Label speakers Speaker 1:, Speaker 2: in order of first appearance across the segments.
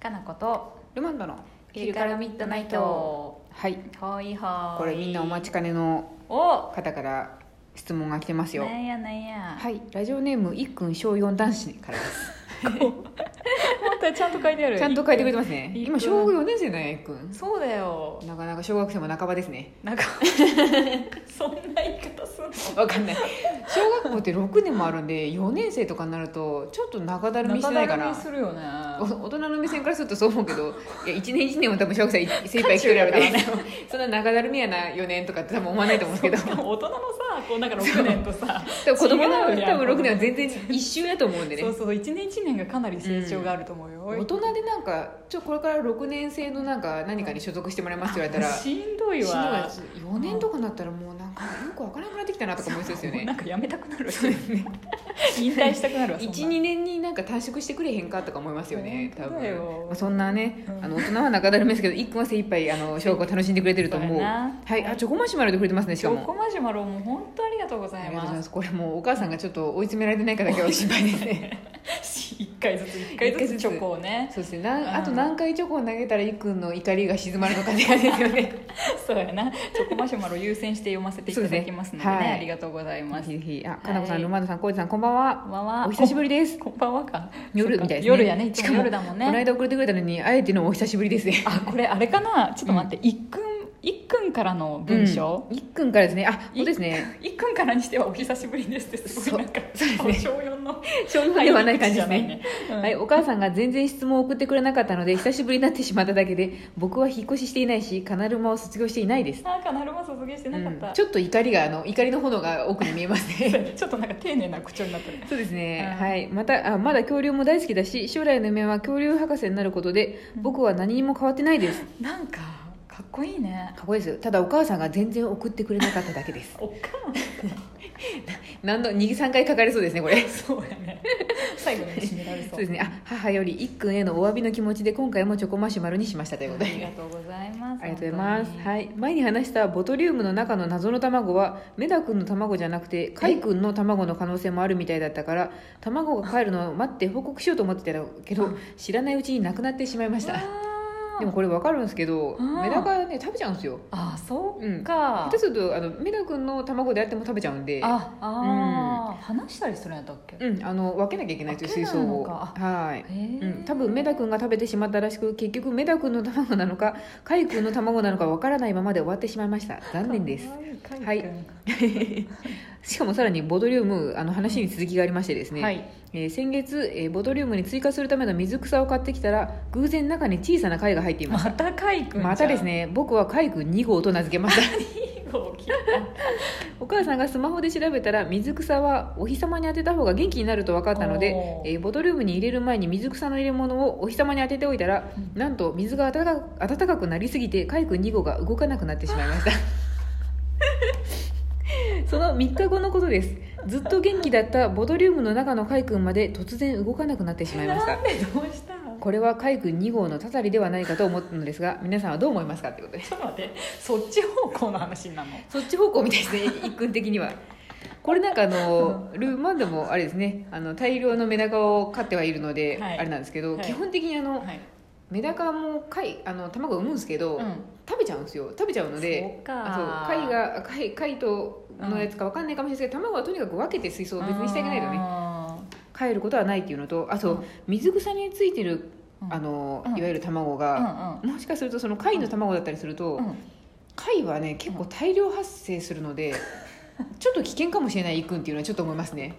Speaker 1: かなこと
Speaker 2: ルマンドの
Speaker 1: 昼からミッドナイト
Speaker 2: はい
Speaker 1: ほいほい
Speaker 2: これみんなお待ちかねの
Speaker 1: お
Speaker 2: 方から質問が来てますよ
Speaker 1: なんやなんや
Speaker 2: はいラジオネームいっくん小4男子からです
Speaker 1: 本当はちゃんと書いてある
Speaker 2: ちゃんと書いてくれてますね
Speaker 1: いっくん
Speaker 2: 今小学4年生なんやいっくん
Speaker 1: そうだよ
Speaker 2: なかなか小学生も半ばですね
Speaker 1: なん かそんな言い方すんの
Speaker 2: わかんない小学校って6年もあるんで4年生とかになるとちょっと中だるみしてないかな
Speaker 1: するよね
Speaker 2: お大人の目線からするとそう思うけどいや1年1年も多分小学生精一杯来てるやろうね そんな中だるみやな4年とかって多分思わないと思うんですけど
Speaker 1: 大人のさこうなんか6年とさ
Speaker 2: 多分子供の
Speaker 1: 違うやん
Speaker 2: 多分6年は全然一周やと思うんでね
Speaker 1: そうそう一年一年がかなり成長があると思うよ、
Speaker 2: 大人でなんかちょこれから6年生のなんか何かに所属してもらいますって言われたら
Speaker 1: しんどいわ
Speaker 2: 4年とかになったらもうなんかよくわからなくなってきたなとか思いそうですよ
Speaker 1: な
Speaker 2: ね
Speaker 1: んかやめたくなるそうですね引退したくなるわそんな
Speaker 2: 12年になんか短縮してくれへんかとか思いますよね多
Speaker 1: 本当だ
Speaker 2: 分
Speaker 1: よ
Speaker 2: まあそんなね
Speaker 1: うん
Speaker 2: あの大人は中だるめですけど一君は精一杯あの小学校楽しんでくれてると思
Speaker 1: そう
Speaker 2: う
Speaker 1: やな
Speaker 2: はいあチョコマシュマロでくれてますねし
Speaker 1: チ
Speaker 2: か
Speaker 1: ョコ
Speaker 2: も
Speaker 1: マシュマロも本当ありがとうござ
Speaker 2: あ
Speaker 1: い
Speaker 2: りがとうござい
Speaker 1: ま
Speaker 2: ますすこれもうお母さんがちょっと追い詰められてないかだけは心配ですね
Speaker 1: 一回ずつ一回ずつチョコをね
Speaker 2: そうですねなん
Speaker 1: うん
Speaker 2: あと何回チョコを投げたらいくんの怒りが静まるのかって感じですよね
Speaker 1: そうやなチョコマシュマロ優先して読ませていただきますのでね
Speaker 2: そうですねはい
Speaker 1: ありがとうございます
Speaker 2: ぜひぜひあかなこさん、
Speaker 1: はい
Speaker 2: ルマンドさんこうじさんこんばんは
Speaker 1: こんばんは
Speaker 2: お久しぶりです
Speaker 1: こんばんはか
Speaker 2: 夜みたいですね
Speaker 1: 夜やねい
Speaker 2: し
Speaker 1: つ
Speaker 2: か
Speaker 1: も
Speaker 2: も
Speaker 1: 夜だもん
Speaker 2: この
Speaker 1: ね
Speaker 2: 間送ってくれたのにあえてのお久しぶりですね
Speaker 1: あこれあれかなちょっと待って、いっくんいっくんからの文章、
Speaker 2: うんいっくんからですねあ本当ですね
Speaker 1: いっくんからにしてはお久しぶりですってすごいなんか
Speaker 2: そうそうです
Speaker 1: 小4の
Speaker 2: 小学ではない感じですね
Speaker 1: うん
Speaker 2: はい、お母さんが全然質問を送ってくれなかったので久しぶりになってしまっただけで僕は引っ越ししていないしカナルマを卒業していないです、
Speaker 1: なんかなるま卒業してなかった、
Speaker 2: うんちょっと怒りがあの怒りの炎が奥に見えます ね
Speaker 1: ちょっとなんか丁寧な口調になってる
Speaker 2: そうですね、
Speaker 1: うん
Speaker 2: はいまたあまだ恐竜も大好きだし将来の夢は恐竜博士になることで僕は何にも変わってないです
Speaker 1: なんかかっこいいね
Speaker 2: かっこいいですよただお母さんが全然送ってくれなかっただけです
Speaker 1: おか
Speaker 2: 何度23回かかりそうですねこれ
Speaker 1: そうやね最後に締められ
Speaker 2: そ
Speaker 1: そう
Speaker 2: うですねあ母よりいっくんへのお詫びの気持ちで今回もチョコマシュマロにしましたということ
Speaker 1: ありが
Speaker 2: で
Speaker 1: とうございます
Speaker 2: ありがとうございます、
Speaker 1: い
Speaker 2: はい、前に話したボトリウムの中の謎の卵はメダ君の卵じゃなくてカイ君の卵の可能性もあるみたいだったから卵が帰るのを待って報告しようと思ってたけど知らないうちになくなってしまいましたでもこれ分かるんですけど
Speaker 1: うん
Speaker 2: メダがね食べちゃうんですよ
Speaker 1: あそうか、
Speaker 2: 下手するとあのメダ君の卵であっても食べちゃうんで
Speaker 1: ああー、話したりするんやったっけ、
Speaker 2: うん、あの分けなきゃいけないという
Speaker 1: 分け
Speaker 2: 水
Speaker 1: な
Speaker 2: 槽
Speaker 1: の
Speaker 2: を
Speaker 1: か
Speaker 2: はい、
Speaker 1: へ
Speaker 2: う
Speaker 1: ー
Speaker 2: ん、多分メダ君が食べてしまったらしく結局メダ君の卵なのかカイ君の卵なのかわからないままで終わってしまいました残念です
Speaker 1: かわいいかいくん
Speaker 2: はいしかもさらにボトリウムあの話に続きがありましてですね、
Speaker 1: はい
Speaker 2: えー先月、えーボトリウムに追加するための水草を買ってきたら偶然中に小さな貝が入っていま
Speaker 1: ますたかいくんじゃん
Speaker 2: またですね僕はカイ君2号と名付けました
Speaker 1: いい号聞い
Speaker 2: お母さんがスマホで調べたら水草はお日様に当てた方が元気になると分かったので
Speaker 1: お、ー
Speaker 2: えーボトルームに入れる前に水草の入れ物をお日様に当てておいたら、
Speaker 1: う
Speaker 2: なんと水が暖か暖かくなりすぎてカイ君2号が動かなくなってしま いましたその3日後のことですずっと元気だったボトリウムの中のカイ君まで突然動かなくなってしまいましたた
Speaker 1: なんでどうした
Speaker 2: これはカイ君2号のたたりではないかと思ったのですが皆さんはどう思いますかってことです
Speaker 1: ちょっと待ってそっち方向の話なの
Speaker 2: そっち方向みたいですね、一君的には。これなんかあの、ルーマンドもあれですね、あの大量のメダカを飼ってはいるので、
Speaker 1: はい
Speaker 2: あれなんですけど、
Speaker 1: はい
Speaker 2: 基本的にあの、
Speaker 1: はい
Speaker 2: メダカも貝、あの卵を産むんですけど、
Speaker 1: うん
Speaker 2: 食べちゃうんですよ、食べちゃうので。
Speaker 1: そうか
Speaker 2: あそう貝が貝貝とのやつかわかんないかもしれないですけど、卵はとにかく分けて水槽を別にしてあげないとね
Speaker 1: ね
Speaker 2: 帰ることはないっていうのとあ
Speaker 1: う
Speaker 2: と、
Speaker 1: ん
Speaker 2: 水草についてる
Speaker 1: うん
Speaker 2: あの、
Speaker 1: うん
Speaker 2: いわゆる卵が、もしかするとその貝の卵だったりする
Speaker 1: う
Speaker 2: と、
Speaker 1: んうんうん
Speaker 2: 貝はね結構大量発生するので、ちょっと危険かもしれないイくんっていうのはちょっと思いますね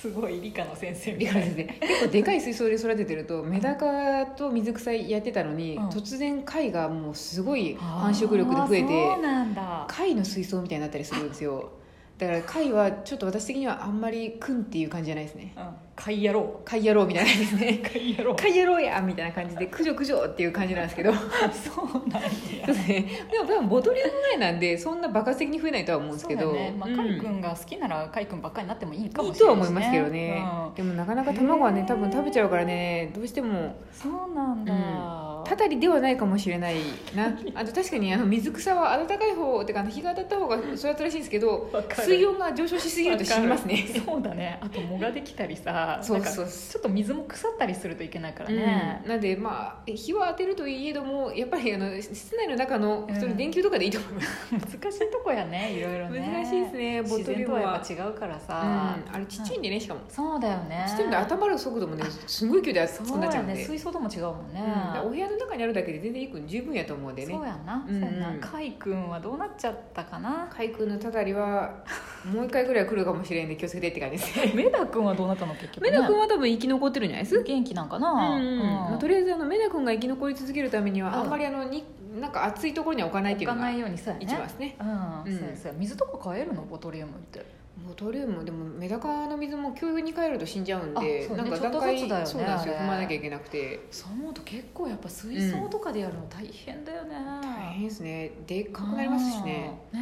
Speaker 1: すごい理科の先生み
Speaker 2: 理
Speaker 1: た
Speaker 2: 科
Speaker 1: いな
Speaker 2: 先生結構でかい水槽で育ててるとメダカと水草やってたのに、
Speaker 1: うん
Speaker 2: 突然貝がもうすごい繁殖力で増え
Speaker 1: あー
Speaker 2: て
Speaker 1: そうなんだ
Speaker 2: 貝の水槽みたいになったりするんですよだから貝はちょっと私的にはあんまりくんっていう感じじゃないですね
Speaker 1: うん貝野郎
Speaker 2: 貝野郎みたいな感じですね
Speaker 1: 貝野郎
Speaker 2: 貝野郎やみたいな感じで駆除駆除っていう感じなんですけど
Speaker 1: そうなんや
Speaker 2: そうですねでも多分ボトリウムぐらいなんでそんな爆発的に増えないとは思うんですけど
Speaker 1: そうだよねまあ
Speaker 2: うん
Speaker 1: カイ君が好きならカイ君ばっかりになってもいいか
Speaker 2: い
Speaker 1: も
Speaker 2: い
Speaker 1: し
Speaker 2: と
Speaker 1: れ
Speaker 2: は
Speaker 1: ないしね
Speaker 2: 思いますけどね、
Speaker 1: うん
Speaker 2: でもなかなか卵は
Speaker 1: へ
Speaker 2: ね
Speaker 1: ー
Speaker 2: 多分食べちゃうからねどうしても
Speaker 1: そうなんだ
Speaker 2: たたりではないかもしれない なあと確かにあの水草は暖かい方ってかあの日が当たった方が育つらしいんですけど
Speaker 1: わかる
Speaker 2: 水温が上昇しすぎると死にますね
Speaker 1: そうだねあと藻ができたりさから
Speaker 2: そう
Speaker 1: なんか
Speaker 2: そう
Speaker 1: ちょっと水も腐ったりするといけないから
Speaker 2: ね
Speaker 1: ね、
Speaker 2: なんでまあ日は当てるといえどもやっぱりあの室内の中の普通に電球とかでいいと思います、
Speaker 1: 難しいとこやねいろいろね
Speaker 2: 難しいですねボ
Speaker 1: 自
Speaker 2: トリ
Speaker 1: 然
Speaker 2: ウ
Speaker 1: と
Speaker 2: ム
Speaker 1: はや
Speaker 2: は
Speaker 1: っぱ違うからさ、
Speaker 2: うん、あれちっちゃいんでねしかも
Speaker 1: そうだよね
Speaker 2: ちっちゃいんで頭の速度もねすごい勢いで熱
Speaker 1: そ
Speaker 2: く
Speaker 1: う
Speaker 2: なっちゃ
Speaker 1: や
Speaker 2: うんで
Speaker 1: ね水槽とも違うもんね
Speaker 2: うん、だからお部屋の中にあるだけで全然いいくん十分やと思うんでね
Speaker 1: そうやな、
Speaker 2: うんうん
Speaker 1: そうやな海君はどうなっちゃったかな
Speaker 2: 海君のたたり はもう一回ぐらい来るかもしれんで気をつけてって感じですね
Speaker 1: メダ君はどうなったの結局、
Speaker 2: メ
Speaker 1: ね、
Speaker 2: ダ君は多分生き残ってるんじゃないです
Speaker 1: 元気なんか
Speaker 2: うん
Speaker 1: な、
Speaker 2: うんまあ、とりあえずあのメダ君が生き残り続けるためには
Speaker 1: うん
Speaker 2: あんまりあのになんか熱いところには置かないってい
Speaker 1: 置
Speaker 2: う
Speaker 1: か
Speaker 2: のが
Speaker 1: ないようにそうやね
Speaker 2: 一番ですね
Speaker 1: うん、
Speaker 2: うん
Speaker 1: そうやそうや水とか買えるのボトリウムって
Speaker 2: ボトリウムでもメダカの水も今日に帰ると死んじゃうんで
Speaker 1: あそうね
Speaker 2: なんか
Speaker 1: ちょっと
Speaker 2: 段
Speaker 1: ず
Speaker 2: 階
Speaker 1: つだよね
Speaker 2: そうなんですよ
Speaker 1: あれ
Speaker 2: 踏まなきゃいけなくて
Speaker 1: そう思うと結構やっぱ水槽とかでやるの大変だよね、
Speaker 2: 大変ですねでっかくなりますしね
Speaker 1: ね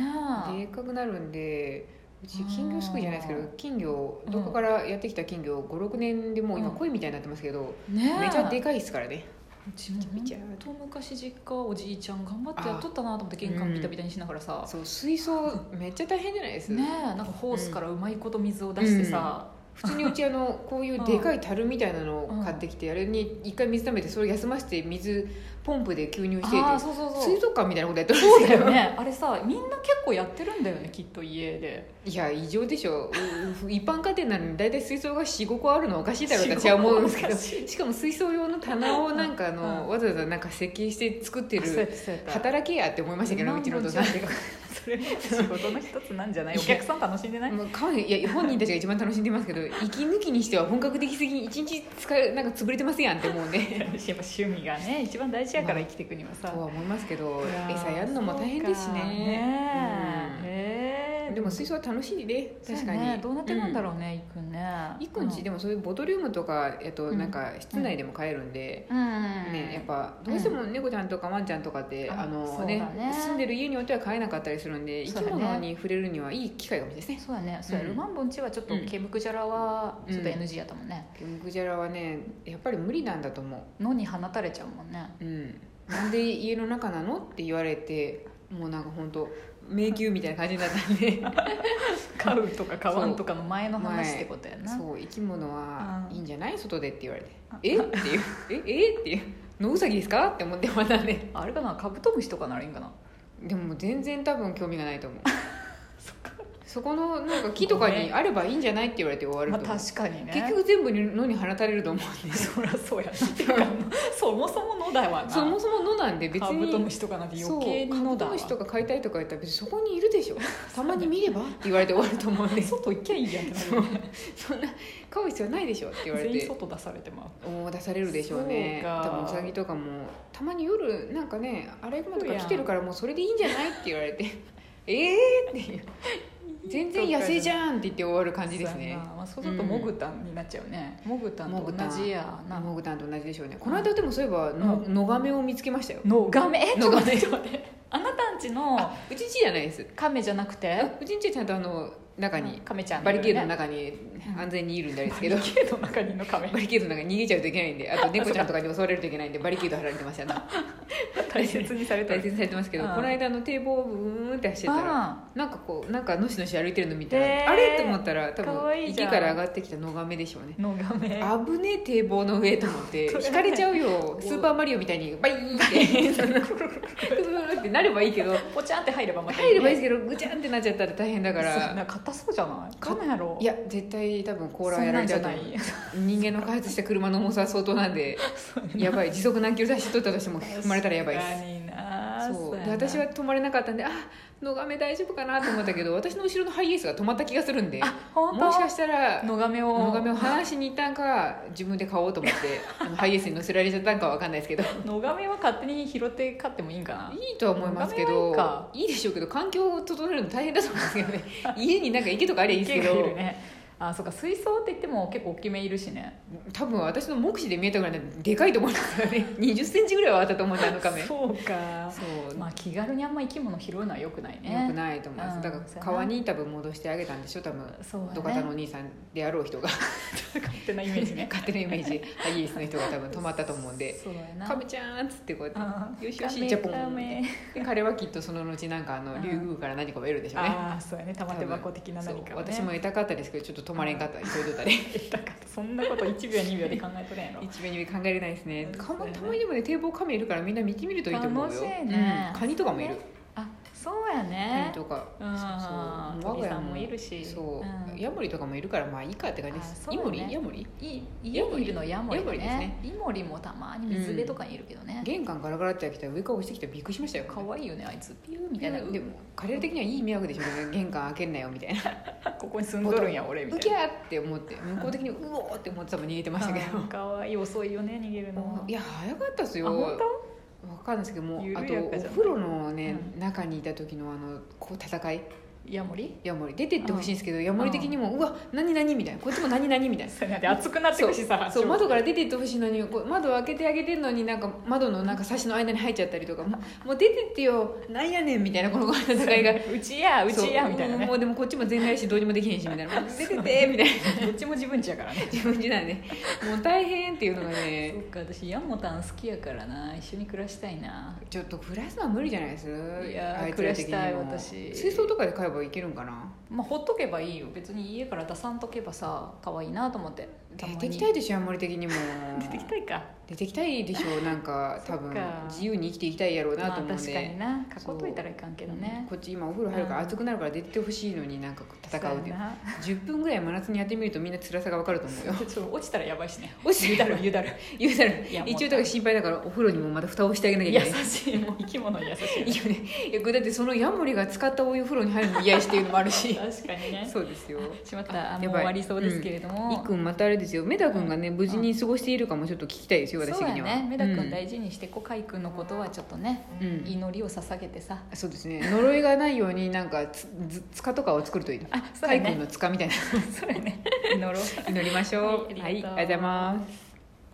Speaker 2: でっかくなるんでうち金魚すくいじゃないですけど
Speaker 1: うん
Speaker 2: 金魚どこからやってきた金魚56年でもう今
Speaker 1: うん
Speaker 2: 鯉みたいになってますけど
Speaker 1: えねえ
Speaker 2: めちゃでかいですからね
Speaker 1: うちも
Speaker 2: めちゃめ
Speaker 1: 本当昔実家おじいちゃん頑張ってやっとったなと思って玄
Speaker 2: あう
Speaker 1: 関
Speaker 2: ん
Speaker 1: ビタビタにしながらさ、
Speaker 2: そう水槽めっちゃ大変じゃないです
Speaker 1: ねえなんかホースからうまいこと水を出してさ、
Speaker 2: 普通にうちあのこういうでかい樽みたいなのを買ってきてあれに一回水溜めてそれ休ませて水ポンプで吸入して
Speaker 1: ああ
Speaker 2: て
Speaker 1: そうそうそう
Speaker 2: 水族館みたいなことやってます
Speaker 1: そう
Speaker 2: よ
Speaker 1: だよね あれさみんな結構やってるんだよねきっと家で
Speaker 2: いや異常でしょうう一般家庭なのに大体水槽が45個あるのはおかしいだろうと私は思うんですけ
Speaker 1: 45
Speaker 2: ど
Speaker 1: 個おか し
Speaker 2: しかも水槽用の棚をなんかあの、
Speaker 1: うん
Speaker 2: わざわざなんか設計して作って
Speaker 1: あそうやっ
Speaker 2: る
Speaker 1: たそうやった
Speaker 2: 働けやって思いましたけどうちのお父さん
Speaker 1: なんなん それも仕事の一つなんじゃない
Speaker 2: い
Speaker 1: お
Speaker 2: や
Speaker 1: 客さん楽しん でない
Speaker 2: もうかいや本人たちが一番楽しんでますけど息抜きにしては本格的すぎに一日使うなんか潰れてますやんって思うんで
Speaker 1: やっぱ趣味がね一番大事やから生きていくにはさ
Speaker 2: とは思いますけど
Speaker 1: いやー
Speaker 2: 餌やるのも大変ですしね
Speaker 1: ね
Speaker 2: う
Speaker 1: え
Speaker 2: ん
Speaker 1: へえ
Speaker 2: でも水槽は楽しいで確
Speaker 1: そ
Speaker 2: か
Speaker 1: うやね
Speaker 2: に
Speaker 1: どうなってくんだ
Speaker 2: ろ
Speaker 1: ろうねいくんね
Speaker 2: いくんちでもそういうボトリウムとかえっとなんか室内でも飼えるんで、
Speaker 1: うん
Speaker 2: ね、やっぱどうしても猫ちゃんとかワンちゃんとかって、
Speaker 1: あ
Speaker 2: あの
Speaker 1: そう
Speaker 2: ね
Speaker 1: だね
Speaker 2: 住んでる家によっては飼えなかったりするんで、
Speaker 1: そう
Speaker 2: 生
Speaker 1: だ
Speaker 2: き
Speaker 1: ね
Speaker 2: 物に触れるにはいい機会かもしれないですね
Speaker 1: そうやねそうや
Speaker 2: うん
Speaker 1: ルマンボンちはちょっと
Speaker 2: うん
Speaker 1: ケムクジャラはちょっと
Speaker 2: うん
Speaker 1: NG やったもんね
Speaker 2: ケムクジャラはねやっぱり無理なんだと思
Speaker 1: 野に放たれちゃうもんね
Speaker 2: う、うん、なんで家の中なのって言われてもうなんか本当迷宮みたいな感じになったんで
Speaker 1: 飼うとか飼わんとかの前の話ってことやな
Speaker 2: そう生き物は
Speaker 1: うん
Speaker 2: いいんじゃない外でって言われてえっていうええっていう野ウサギですかって思ってまたね
Speaker 1: あれかなカブトムシとかならいいんかな
Speaker 2: でももう全然多分興味がない と思うそこのなんか木とかにあればいいんじゃないって言われて終わる
Speaker 1: ま
Speaker 2: と
Speaker 1: あ
Speaker 2: 思う、
Speaker 1: 確かにね
Speaker 2: 結局全部に野に放たれると思うんで
Speaker 1: そりゃそうやなてか そもそも野だわな
Speaker 2: そもそも野なんで別に
Speaker 1: カブトムシとかなんて
Speaker 2: そう
Speaker 1: 余計に野
Speaker 2: カ
Speaker 1: だ
Speaker 2: ブト
Speaker 1: わ
Speaker 2: ムシとか飼いたいとか言ったら別にそこにいる でしょたまに見ればって言われて終わると思うんでそ
Speaker 1: 外行きゃいいやんってなるよね
Speaker 2: んな飼う必要ないでしょって言われ
Speaker 1: 全員
Speaker 2: て
Speaker 1: 外出されてま
Speaker 2: 思い出されるでしょうね
Speaker 1: そうか
Speaker 2: 多分ウサギとかもたまに夜なんかねアライグマとか来てるからもうそれでいいんじゃないって言われて ええっていう全然野生じゃんって言って終わる
Speaker 1: う
Speaker 2: 感じですね
Speaker 1: そうやなまあ、そうするとモグタンになっちゃうね、モグタンと同じやな
Speaker 2: モグタンと同じでしょうねこの間でもそういえばの
Speaker 1: う
Speaker 2: 野亀を見つけましたよ
Speaker 1: のガメえちょっと待ってちょっと待ってあなたんちの
Speaker 2: うちんちじゃないです
Speaker 1: カメじゃなくて
Speaker 2: うちんちはちゃんとあの中に
Speaker 1: カメちゃん
Speaker 2: バリケードの
Speaker 1: 中
Speaker 2: 中に
Speaker 1: うん
Speaker 2: 安全にいるんです
Speaker 1: バ
Speaker 2: け
Speaker 1: リ
Speaker 2: ど
Speaker 1: ケードの中にいるのカメ
Speaker 2: バリケードの中に逃げちゃうといけないんであと猫ちゃんとかに襲われるといけないんでバリケード張られてましたね
Speaker 1: 大切にされた
Speaker 2: 大切にされてますけど
Speaker 1: うん
Speaker 2: この間あの堤防をブーンって走ってたら
Speaker 1: あ
Speaker 2: なんかこうなんかのしのし歩いてるの見たら、
Speaker 1: えー
Speaker 2: あれと思ったら多
Speaker 1: かわ
Speaker 2: 分
Speaker 1: いいじゃ
Speaker 2: 池
Speaker 1: ん
Speaker 2: から上がってきた野亀でしょうね
Speaker 1: のガメ
Speaker 2: 危ねえ堤防の上と思 って
Speaker 1: 本当だね
Speaker 2: 引かれちゃうよスーパーマリオみたいにバイーンってそんなってなればいいけど
Speaker 1: ポチャンって入ればまた
Speaker 2: 入ればいい
Speaker 1: い
Speaker 2: ですけどぐちゃんってなっちゃったら大変だか
Speaker 1: から
Speaker 2: ら
Speaker 1: な硬そうじゃないガメやろ
Speaker 2: いや絶対多分コーラ
Speaker 1: そ
Speaker 2: ーや
Speaker 1: ん
Speaker 2: ら
Speaker 1: なん
Speaker 2: れ
Speaker 1: じ
Speaker 2: ちゃ
Speaker 1: ゃ
Speaker 2: うと
Speaker 1: な
Speaker 2: 思
Speaker 1: いう
Speaker 2: 人間の開発した車の重さは相当な んでやばい時速何キロ出して取ったとしても 踏まれたらやばいで
Speaker 1: 確
Speaker 2: す
Speaker 1: かにな
Speaker 2: そう
Speaker 1: や
Speaker 2: で
Speaker 1: な
Speaker 2: 私は止まれなかったんであ野亀大丈夫かなと思っ たけど私の後ろのハイエースが止まった気がするんで
Speaker 1: 本当
Speaker 2: もしかしたら
Speaker 1: 野亀を
Speaker 2: 野亀を話しに行ったんか自分で買おうと思ってあのハイエースに乗せられちゃったんかわかんないで すけど
Speaker 1: 野亀は勝手に拾って飼ってもいいんかない
Speaker 2: いとは思いますけ
Speaker 1: 野
Speaker 2: ど
Speaker 1: 亀はい
Speaker 2: いでしょうけど環境を整えるの大変だと思うんですけど ね家になんか池とかありゃいいですけ
Speaker 1: 池がい
Speaker 2: ど
Speaker 1: るねあそうか水槽って言っても結構大きめいるしね
Speaker 2: 多分私の目視で見えたぐらいなんででかいと思うんですよね2 0センチぐらいはあったと思うんであのカメそう
Speaker 1: そうか
Speaker 2: ま
Speaker 1: まあ気軽にあんま生き物拾うのはよくないね
Speaker 2: よくないと思います、
Speaker 1: うん
Speaker 2: だから川に多分戻してあげたんでしょ多分
Speaker 1: そうやね
Speaker 2: 土方のお兄さんであろう人が
Speaker 1: 手なイメージね
Speaker 2: 勝手なイメージイギリスの人が多分泊まったと思うんで
Speaker 1: そうだよ
Speaker 2: 「
Speaker 1: な
Speaker 2: カメちゃん」っつってこうやって
Speaker 1: あー
Speaker 2: よしよしジャポン
Speaker 1: ダメ
Speaker 2: で彼はきっとその後なんかあ
Speaker 1: う
Speaker 2: の
Speaker 1: ん
Speaker 2: 竜宮から何かを得るんでしょうね
Speaker 1: ああそうやね玉手箱的な何か、ね、
Speaker 2: そう私も得たかったですけどちょっと泊まれんかったりそういうたり
Speaker 1: だからそんなこと1秒2秒で考えとれんやろ
Speaker 2: 一面に考えれないですね
Speaker 1: うん
Speaker 2: かも
Speaker 1: そうやね
Speaker 2: たまにでもね堤防カメいるからみんな見てみるといいと思うよ
Speaker 1: 楽しいね
Speaker 2: うんカニとかもいる
Speaker 1: あそうや
Speaker 2: カニ
Speaker 1: ね
Speaker 2: とか
Speaker 1: うん
Speaker 2: そうそう
Speaker 1: 鳥さんもいるし
Speaker 2: そう、
Speaker 1: うん
Speaker 2: ヤモリとかもいるからまあいいかって感じで
Speaker 1: あ
Speaker 2: す、
Speaker 1: そう
Speaker 2: イ
Speaker 1: だ
Speaker 2: モ
Speaker 1: ね
Speaker 2: リヤモリ
Speaker 1: い家にいるのヤモリだね
Speaker 2: ヤモリで
Speaker 1: イモリもたまに水辺とかにいるけどね、
Speaker 2: 玄関ガラガラって来たら上から落ちてきたらびっくりしましたよ
Speaker 1: 可愛いよねあいつピューみ
Speaker 2: み
Speaker 1: た
Speaker 2: た
Speaker 1: い
Speaker 2: い
Speaker 1: な
Speaker 2: なでも彼ら的にはいい迷惑でしょうね玄関開けんなよみたいな
Speaker 1: ここに住んどるんや俺み
Speaker 2: ウ
Speaker 1: た
Speaker 2: キ
Speaker 1: いな
Speaker 2: ャーって思って向こう的にうおーって思って多分逃げてましたけど
Speaker 1: 可愛い遅いよね逃げるの
Speaker 2: いや早かったです
Speaker 1: あ
Speaker 2: よ
Speaker 1: 本
Speaker 2: わかんないですけどもうあ
Speaker 1: 緩
Speaker 2: と
Speaker 1: やかじゃない
Speaker 2: お風呂のね、
Speaker 1: う
Speaker 2: 中にいた時のあのこう戦い
Speaker 1: 当ヤモリ
Speaker 2: ヤモリ出てってほしいんですけどヤモリ的にもうわ何何みたいなこっちも何何みたいな
Speaker 1: そうやねで熱くなってくしさ
Speaker 2: そう窓
Speaker 1: が
Speaker 2: から出てってほしいのにこう窓を開けてあげてるのになんか窓のなんかサッシの間に入っちゃったりとかもうもう出てってよなんやねんみたいなこの戦いが
Speaker 1: うちやうちやみたいな
Speaker 2: そううん
Speaker 1: ね
Speaker 2: もうでもこっちも全外しどうにもできへんしみたい なもう出ててみたいな
Speaker 1: どっちも自分ちやからね
Speaker 2: 自分自体ねもう大変っていうのが
Speaker 1: そ
Speaker 2: ね
Speaker 1: っか私ヤモタン好きやからな一緒に暮らしたいな
Speaker 2: ちょっと暮らすのは無理じゃないです
Speaker 1: いやー
Speaker 2: あつら的にも
Speaker 1: 暮らしたい私
Speaker 2: 水槽とかで買えばいけるんかな
Speaker 1: まあほっとけばいいよ別に家から出さんとけばさ可愛いなと思って
Speaker 2: 出てきたい
Speaker 1: い
Speaker 2: でしょあんまり的にも
Speaker 1: 出てきたいか
Speaker 2: 出てきたいでしょなんか多分
Speaker 1: そっか
Speaker 2: 自由に生きていきたいやろうな
Speaker 1: ま
Speaker 2: と
Speaker 1: あ
Speaker 2: 思うん
Speaker 1: 確か
Speaker 2: で
Speaker 1: にな囲っといたらいかんけどね
Speaker 2: こっち今お風呂入るから暑くなるから出てってほしいのになんか戦うってい
Speaker 1: そうやな
Speaker 2: 10分ぐらい真夏にやってみるとみんな辛さが分かると思うよ
Speaker 1: ちょっと落ちたらやばいしね
Speaker 2: 落ち
Speaker 1: ゆ
Speaker 2: て
Speaker 1: だるゆだる
Speaker 2: 言うたら
Speaker 1: いやもう
Speaker 2: 一応だから心配だからお風呂にもまた蓋をしてあげなきゃいけ
Speaker 1: 優
Speaker 2: ない
Speaker 1: しいもう生き物に優しいよ
Speaker 2: いいよねいやだってそのヤモリが使ったお湯風呂に入るの嫌いしっていうのもあるし
Speaker 1: 確かに ね
Speaker 2: そうですよ
Speaker 1: しまったあ
Speaker 2: や
Speaker 1: の
Speaker 2: ばい
Speaker 1: 終わりそうですけれども、
Speaker 2: いくんまたあれですよメダ君がね無事に過ごしているかもちょっと聞きたいですよ私
Speaker 1: そう
Speaker 2: 的
Speaker 1: や
Speaker 2: には
Speaker 1: ねメダ君
Speaker 2: 大
Speaker 1: 大事にしてこかいくんのことはちょっとね、
Speaker 2: うん
Speaker 1: 祈りを捧げてさ
Speaker 2: そうですね呪いがないようになんかつずつかとかを作るといいの
Speaker 1: あそうや
Speaker 2: カイ君
Speaker 1: ね
Speaker 2: のつかみたいな
Speaker 1: そうやね祈ろう
Speaker 2: 祈りましょ
Speaker 1: はい
Speaker 2: うはいあ
Speaker 1: あり
Speaker 2: りがとうござ
Speaker 1: がとうござ
Speaker 2: い
Speaker 1: い
Speaker 2: ま
Speaker 1: ます